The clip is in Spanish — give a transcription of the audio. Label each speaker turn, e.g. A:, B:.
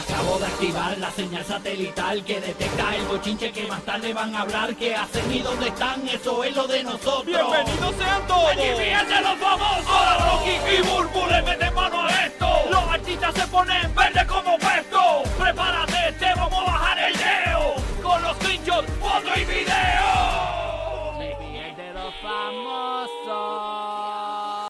A: Acabo de activar la señal satelital que detecta el bochinche que más tarde van a hablar. ¿Qué hacen y dónde están? Eso es lo de nosotros.
B: ¡Bienvenidos sean todos!
A: ¡Aquí fíjense los famosos! Rocky y Burbu le meten mano